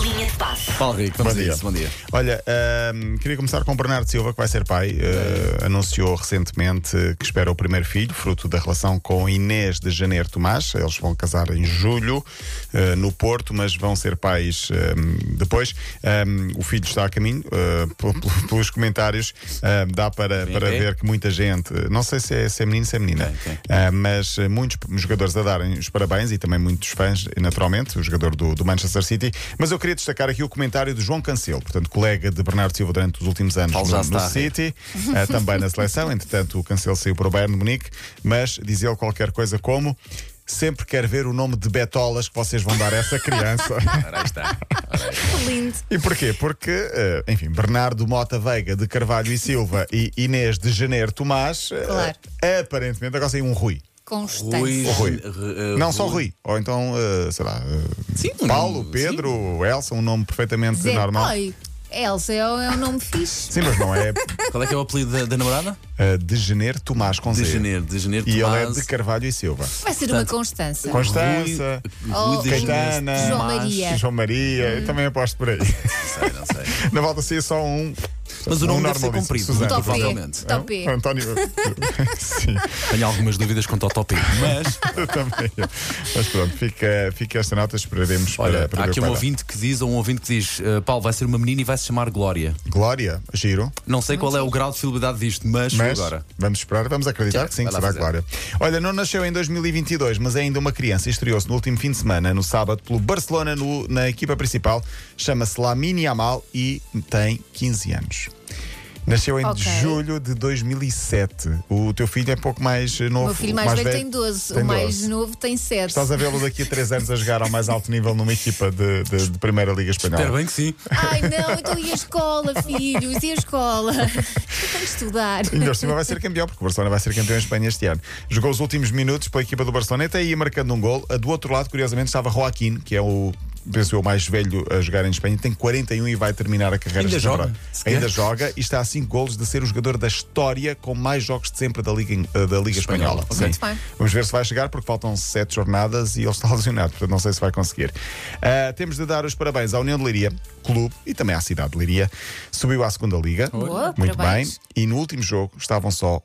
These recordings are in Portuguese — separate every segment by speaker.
Speaker 1: Linha de passe.
Speaker 2: Paulo Rico, vamos a isso, bom dia.
Speaker 3: Olha, ahm, queria começar com Bernardo Silva, que vai ser pai. Ah, anunciou recentemente eh, que espera o primeiro filho, fruto da relação com Inês de Janeiro Tomás. Eles vão casar em julho, eh, no Porto, mas vão ser pais ahm, depois. Ahm, o filho está a caminho, ah, p- p- pelos comentários, ahm, dá para, para
Speaker 2: ok.
Speaker 3: ver que muita gente, não sei se é, se é menino ou se é menina,
Speaker 2: Ok, ok.
Speaker 3: ah, mas eh, muitos jogadores a darem os parabéns e também muitos fãs, naturalmente, o jogador do, do Manchester City. Mas eu queria destacar aqui o comentário do João Cancelo, portanto, colega de Bernardo Silva durante os últimos anos
Speaker 2: Paulo já
Speaker 3: no,
Speaker 2: está
Speaker 3: no
Speaker 2: a rir.
Speaker 3: City, eh, também na seleção. Entretanto, o Cancelo saiu para o Bayern de Munique, mas diz ele qualquer coisa como. Sempre quero ver o nome de Betolas que vocês vão dar a essa criança.
Speaker 2: Ora, aí está.
Speaker 1: Lindo.
Speaker 3: E porquê? Porque, eh, enfim, Bernardo Mota Veiga de Carvalho e Silva e Inês de Janeiro Tomás, eh,
Speaker 1: Claro.
Speaker 3: aparentemente agora saiu um Rui.
Speaker 1: Constância.
Speaker 2: Rui.
Speaker 3: Rui.
Speaker 2: eh,
Speaker 3: Não só Rui, ou então, eh, sei lá, eh,
Speaker 2: Sim,
Speaker 3: Paulo,
Speaker 2: sim.
Speaker 3: Pedro, Elsa, um nome perfeitamente
Speaker 1: Dizer,
Speaker 3: normal.
Speaker 1: Oi, Elsa é o- é um nome fixe.
Speaker 3: Sim, mas não é
Speaker 2: Qual é que é o apelido da, da namorada?
Speaker 3: eh, de Janeiro Tomás com
Speaker 2: De
Speaker 3: Z.
Speaker 2: janeiro, de janeiro,
Speaker 3: E ele é
Speaker 2: Tomás.
Speaker 3: de Carvalho e Silva.
Speaker 1: Vai ser uma
Speaker 2: Portanto,
Speaker 1: Constança.
Speaker 3: Const- Constança,
Speaker 1: Oh,
Speaker 2: de Janeiro,
Speaker 3: Caetana,
Speaker 1: João
Speaker 2: Tomás.
Speaker 1: Maria.
Speaker 3: João
Speaker 1: Hum.
Speaker 3: Maria, eu também aposto por aí.
Speaker 2: Não sei, não sei.
Speaker 3: Na volta se é só um.
Speaker 2: Mas o
Speaker 3: um
Speaker 2: nome deve ser
Speaker 3: normalíssimo,
Speaker 2: comprido,
Speaker 3: Suzano.
Speaker 1: Top
Speaker 2: provavelmente.
Speaker 1: P. Top
Speaker 3: É,
Speaker 1: P.
Speaker 3: António. Sim.
Speaker 2: Tenho algumas dúvidas quanto ao top, mas.
Speaker 3: Eu também. Mas pronto, fica, fica esta nota, esperaremos
Speaker 2: Olha,
Speaker 3: para, para
Speaker 2: há
Speaker 3: ver
Speaker 2: aqui um
Speaker 3: qual é.
Speaker 2: ouvinte que diz, ou um ouvinte que diz, eh, Paulo, vai ser uma menina e vai se chamar Glória.
Speaker 3: Glória, giro.
Speaker 2: Não sei qual é o grau de fidelidade disto, mas, foi
Speaker 3: Mas
Speaker 2: agora.
Speaker 3: vamos esperar, vamos acreditar
Speaker 2: Já,
Speaker 3: que sim, que
Speaker 2: vai lá
Speaker 3: será
Speaker 2: fazer.
Speaker 3: Glória. Olha, não nasceu em 2022, mas é ainda uma criança. Estreou-se no último fim de semana, no sábado, pelo Barcelona, no- na equipa principal. Chama-se Lamine Yamal e tem 15 anos. Nasceu em
Speaker 1: Ok.
Speaker 3: julho de 2007. O teu filho é pouco mais eh,
Speaker 1: O
Speaker 3: novo.
Speaker 1: meu filho
Speaker 3: o
Speaker 1: mais, velho tem 12, o mais
Speaker 3: 12.
Speaker 1: novo tem 7.
Speaker 3: Estás a vê-lo daqui a 3 anos a jogar ao mais alto nível numa equipa de, de- de Primeira Liga Espanhola.
Speaker 2: Espero bem que sim.
Speaker 1: Ai não, então e a escola, filhos? E a escola? Eu tenho que estudar.
Speaker 3: E Ainda por cima vai ser campeão, porque o Barcelona vai ser campeão em Espanha este ano. Jogou os últimos minutos pela equipa do Barcelona e até ia marcando um gol. Do outro lado, curiosamente, estava Joaquim, que é o. Penso eu, mais velho a jogar em Espanha, tem 41 e vai terminar a carreira
Speaker 2: Ainda
Speaker 3: esta temporada.
Speaker 2: joga, se quer.
Speaker 3: Ainda joga e está a 5 golos de ser o jogador da história com mais jogos de sempre da Liga, eh, da Liga Espanhola.
Speaker 2: Espanhola,
Speaker 3: Sim.
Speaker 1: Muito bem.
Speaker 3: Vamos ver se vai chegar, porque faltam sete jornadas e ele está lesionado, portanto não sei se vai conseguir. Ah, temos de dar os parabéns à União de Liria, clube e também à cidade de Liria. Subiu à segunda Liga.
Speaker 1: Boa,
Speaker 3: Muito
Speaker 1: parabéns.
Speaker 3: bem. E no último jogo estavam só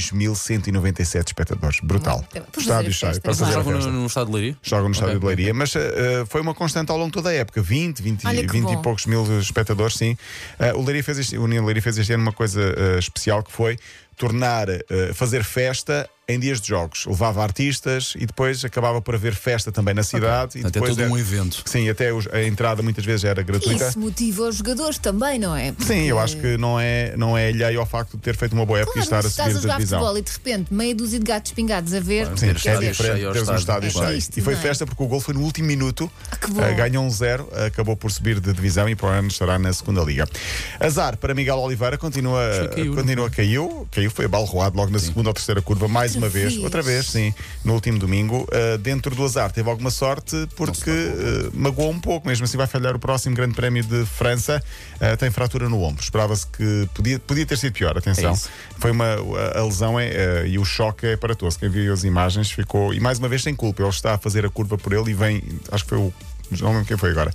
Speaker 3: 22.197 espectadores. Brutal.
Speaker 1: Muito bem. Para
Speaker 3: Estádio
Speaker 1: fazer
Speaker 3: cheio.
Speaker 1: a festa.
Speaker 3: Para fazer a
Speaker 2: Joga
Speaker 3: festa.
Speaker 2: no, no estado de Leiria?
Speaker 3: Jogam no estádio
Speaker 2: Ok.
Speaker 3: de Leiria, mas eh, foi uma constante ao longo de toda a época. 20, 20,
Speaker 1: Olha que
Speaker 3: 20 e
Speaker 1: bom.
Speaker 3: poucos mil espectadores, sim. Eh, o Leiria fez este, o União de Leiria fez este ano uma coisa eh, especial que foi tornar, eh, fazer festa em dias de jogos. Levava artistas e depois acabava por haver festa também na cidade. E
Speaker 2: Portanto, é
Speaker 3: depois
Speaker 2: todo um evento.
Speaker 3: Sim, até os- a entrada muitas vezes era gratuita.
Speaker 1: Isso motiva os jogadores também, não é? Porque
Speaker 3: tá. Sim, eu acho que não é, não é alheio ao facto de ter feito uma boa época e
Speaker 1: Claro,
Speaker 3: estar
Speaker 1: se
Speaker 3: a
Speaker 1: estás
Speaker 3: subir
Speaker 1: a
Speaker 3: da
Speaker 1: jogar
Speaker 3: divisão.
Speaker 1: futebol e de repente meia dúzia de gatos pingados a ver.
Speaker 3: Sim,
Speaker 1: quer
Speaker 3: é
Speaker 2: Ter estádio
Speaker 1: dizer,
Speaker 3: diferente,
Speaker 2: cheio ao
Speaker 3: teres um
Speaker 2: estádio.
Speaker 3: estádio
Speaker 1: É
Speaker 3: cheio.
Speaker 1: triste,
Speaker 3: E foi
Speaker 1: não é?
Speaker 3: festa porque o gol foi no último minuto.
Speaker 1: Ah, que bom.
Speaker 3: Eh, Ganhou um zero, acabou por subir de divisão e para o ano estará na segunda liga. Azar para Miguel Oliveira continua,
Speaker 2: Acho que caiu, é?
Speaker 3: continua caiu, caiu, foi abalroado logo na segunda ou terceira curva, mais
Speaker 1: Outra
Speaker 3: uma vez,
Speaker 1: vez.
Speaker 3: outra vez, sim, no último domingo. Eh, dentro do azar teve alguma sorte porque eh, magoou um pouco, mesmo assim vai falhar o próximo Grande Prémio de França. Eh, tem fratura no ombro. Esperava-se que podia, podia ter sido pior, atenção.
Speaker 2: É isso.
Speaker 3: Foi uma a- a lesão é, eh, e o choque é para todos. Quem viu as imagens ficou e mais uma vez sem culpa. Ele está a fazer a curva por ele e vem, acho que foi o não lembro quem foi agora.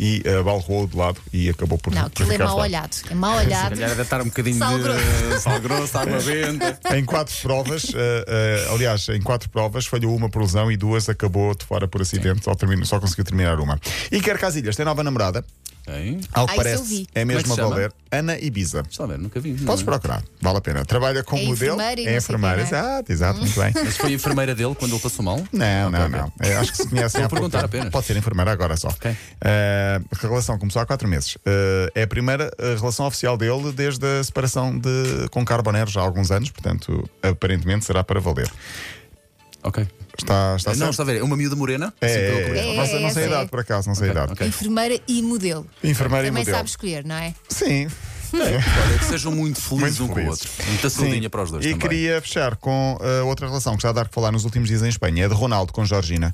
Speaker 3: E eh, abalroou de lado e acabou por
Speaker 1: Não,
Speaker 3: por
Speaker 1: aquilo é
Speaker 3: ficar
Speaker 1: mal
Speaker 3: fora.
Speaker 1: olhado. É mal olhado.
Speaker 2: calhar deve estar um bocadinho
Speaker 1: Sal
Speaker 2: de
Speaker 1: grosso.
Speaker 2: sal grosso, água benta.
Speaker 3: Em quatro provas, eh, eh, aliás, em quatro provas falhou uma por lesão e duas acabou de fora por acidente, só, termina- só conseguiu terminar uma. Iker Casilhas tem nova namorada,
Speaker 2: Hein?
Speaker 3: ao
Speaker 1: Ah,
Speaker 3: que
Speaker 1: isso eu
Speaker 3: parece,
Speaker 1: vi.
Speaker 3: é mesmo
Speaker 2: Como é
Speaker 3: a
Speaker 2: que se chama?
Speaker 3: valer, Ana Ibiza.
Speaker 2: Está a ver, nunca vi. não
Speaker 3: Podes
Speaker 2: é?
Speaker 3: procurar, vale a pena. Trabalha como
Speaker 1: É
Speaker 3: modelo,
Speaker 1: enfermeira e
Speaker 3: é
Speaker 1: não sei
Speaker 3: enfermeira,
Speaker 1: quem é.
Speaker 3: exato, exato, muito bem.
Speaker 2: Mas foi a enfermeira dele quando ele passou mal?
Speaker 3: Não, não, não. É, acho que se conhecem
Speaker 2: Vou
Speaker 3: há pouco
Speaker 2: perguntar
Speaker 3: tempo.
Speaker 2: apenas.
Speaker 3: Pode ser enfermeira agora só. Eh, a relação começou há quatro meses. Eh, é a primeira eh, relação oficial dele desde a separação de, com Carbonero já há alguns anos, portanto, aparentemente será para valer.
Speaker 2: Ok.
Speaker 3: Está, está
Speaker 2: não,
Speaker 3: certo?
Speaker 2: está a ver, é uma miúda morena?
Speaker 3: É,
Speaker 2: Assim, pelo
Speaker 3: é,
Speaker 2: curioso.
Speaker 3: é,
Speaker 1: É,
Speaker 3: não sei, não sei a
Speaker 1: é.
Speaker 3: idade, por acaso, não sei a idade.
Speaker 2: ok.
Speaker 1: Enfermeira e modelo.
Speaker 3: é. Enfermeira e
Speaker 1: Também
Speaker 3: modelo.
Speaker 1: sabe escolher, não é?
Speaker 3: Sim.
Speaker 2: Olha, que sejam muito felizes
Speaker 3: Muito
Speaker 2: um com o
Speaker 3: felizes.
Speaker 2: outro. Muita saudinha
Speaker 3: Sim.
Speaker 2: para os dois
Speaker 3: E
Speaker 2: também.
Speaker 3: queria fechar com eh, outra relação que está a dar que falar nos últimos dias em Espanha. É de Ronaldo com Georgina.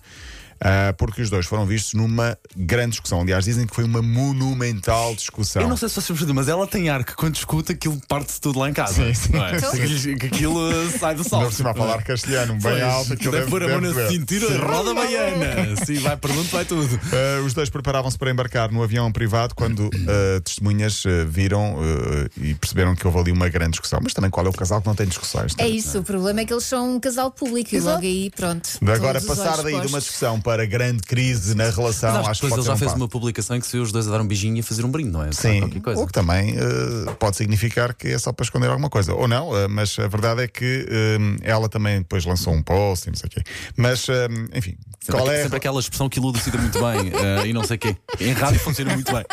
Speaker 3: ah, porque os dois foram vistos numa grande discussão. Aliás, dizem que foi uma monumental discussão.
Speaker 2: Eu não sei se vocês perceberam, mas ela tem ar que quando escuta aquilo parte-se tudo lá em casa.
Speaker 3: Sim, sim.
Speaker 2: Não é? Que- Que aquilo eh, sai do
Speaker 3: Ainda
Speaker 2: salto.
Speaker 3: por cima a falar castelhano, bem alto,
Speaker 2: Pois,
Speaker 3: aquilo
Speaker 2: deve
Speaker 3: deve,
Speaker 2: pôr a mão
Speaker 3: deve
Speaker 2: na
Speaker 3: doer.
Speaker 2: cintura e roda baiana. Sim, vai pergunto, vai tudo.
Speaker 3: Eh, os dois preparavam-se para embarcar no avião privado quando eh, testemunhas eh, viram eh, e perceberam que houve ali uma grande discussão. Mas também qual é o casal que não tem discussões?
Speaker 1: É isso, o problema é que eles são um casal público e logo aí, pronto.
Speaker 3: De agora
Speaker 1: todos os
Speaker 3: passar
Speaker 1: olhos
Speaker 3: daí de uma
Speaker 1: postos.
Speaker 3: discussão para grande crise na relação,
Speaker 2: Mas
Speaker 3: acho,
Speaker 2: acho que depois
Speaker 3: que pode
Speaker 2: ele
Speaker 3: ser
Speaker 2: já
Speaker 3: um
Speaker 2: fez
Speaker 3: passo.
Speaker 2: uma publicação em que se os dois a dar um beijinho e a fazer um brinde, não é? Será
Speaker 3: Sim,
Speaker 2: Qualquer coisa.
Speaker 3: o que também eh, pode significar que é só para esconder alguma coisa, ou não, eh, mas a verdade é que eh, ela também depois lançou um post e não sei o quê. Mas, eh, enfim,
Speaker 2: Sempre,
Speaker 3: qual
Speaker 2: aqu-
Speaker 3: é,
Speaker 2: sempre aquela expressão que elucida muito bem eh, e não sei o quê. Em rádio funciona muito bem.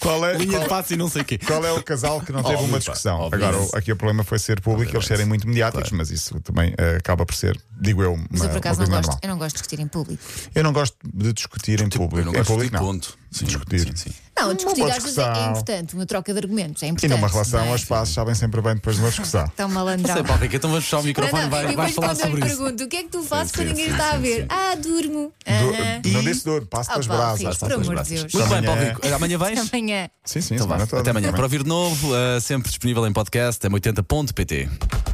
Speaker 3: qual, é,
Speaker 2: Linha de
Speaker 3: qual,
Speaker 2: passe e não sei o quê.
Speaker 3: qual é o casal que não teve
Speaker 2: Óbvio,
Speaker 3: uma
Speaker 2: pá,
Speaker 3: discussão?
Speaker 2: óbvio.
Speaker 3: Agora, o- aqui o problema foi ser público, eles serem muito mediáticos, mas isso também eh, acaba por ser, digo eu, uma,
Speaker 1: Mas eu por
Speaker 3: uma
Speaker 1: acaso
Speaker 3: coisa
Speaker 1: não gosto,
Speaker 3: normal.
Speaker 1: eu não gosto de discutir em público.
Speaker 3: Eu não gosto de discutir em
Speaker 2: Tipo, Eu
Speaker 3: público.
Speaker 2: não
Speaker 3: Em
Speaker 2: gosto de
Speaker 3: público, não.
Speaker 2: ponto. Sim,
Speaker 3: Discutir.
Speaker 2: sim, sim.
Speaker 1: Não, discutir
Speaker 3: boa
Speaker 1: às vezes é- é
Speaker 3: discussão.
Speaker 1: importante, uma troca de argumentos, é
Speaker 3: E
Speaker 1: importante.
Speaker 3: numa relação,
Speaker 1: não é?
Speaker 3: as pazes sabem sempre bem depois de uma discussão.
Speaker 1: Tão
Speaker 2: Não
Speaker 1: malandrão.
Speaker 2: sei, Paulo Rico, então vamos fechar o
Speaker 1: Não,
Speaker 2: microfone e
Speaker 1: não,
Speaker 2: vai,
Speaker 1: e
Speaker 2: vai
Speaker 1: depois
Speaker 2: falar
Speaker 1: quando eu lhe
Speaker 2: sobre isso.
Speaker 1: pergunto o que é que tu fazes
Speaker 2: Sim,
Speaker 1: quando
Speaker 2: sim,
Speaker 1: ninguém
Speaker 2: sim,
Speaker 1: está a
Speaker 2: sim,
Speaker 1: ver?
Speaker 2: sim.
Speaker 1: Ah, durmo. Aham.
Speaker 3: Du- Não disse duro, passo
Speaker 1: Ah,
Speaker 3: das
Speaker 1: Paulo
Speaker 3: brasas.
Speaker 1: Rico,
Speaker 3: passo
Speaker 1: por
Speaker 3: das
Speaker 1: amor de
Speaker 3: brasas.
Speaker 2: Muito
Speaker 1: Deus.
Speaker 2: bem,
Speaker 3: Amanhã-
Speaker 2: Paulo Rico. Amanhã vens?
Speaker 1: Amanhã.
Speaker 3: Sim, sim,
Speaker 2: Então vá,
Speaker 3: semana toda.
Speaker 2: até amanhã. Para ouvir de novo, eh, sempre disponível em podcast, é 80.pt.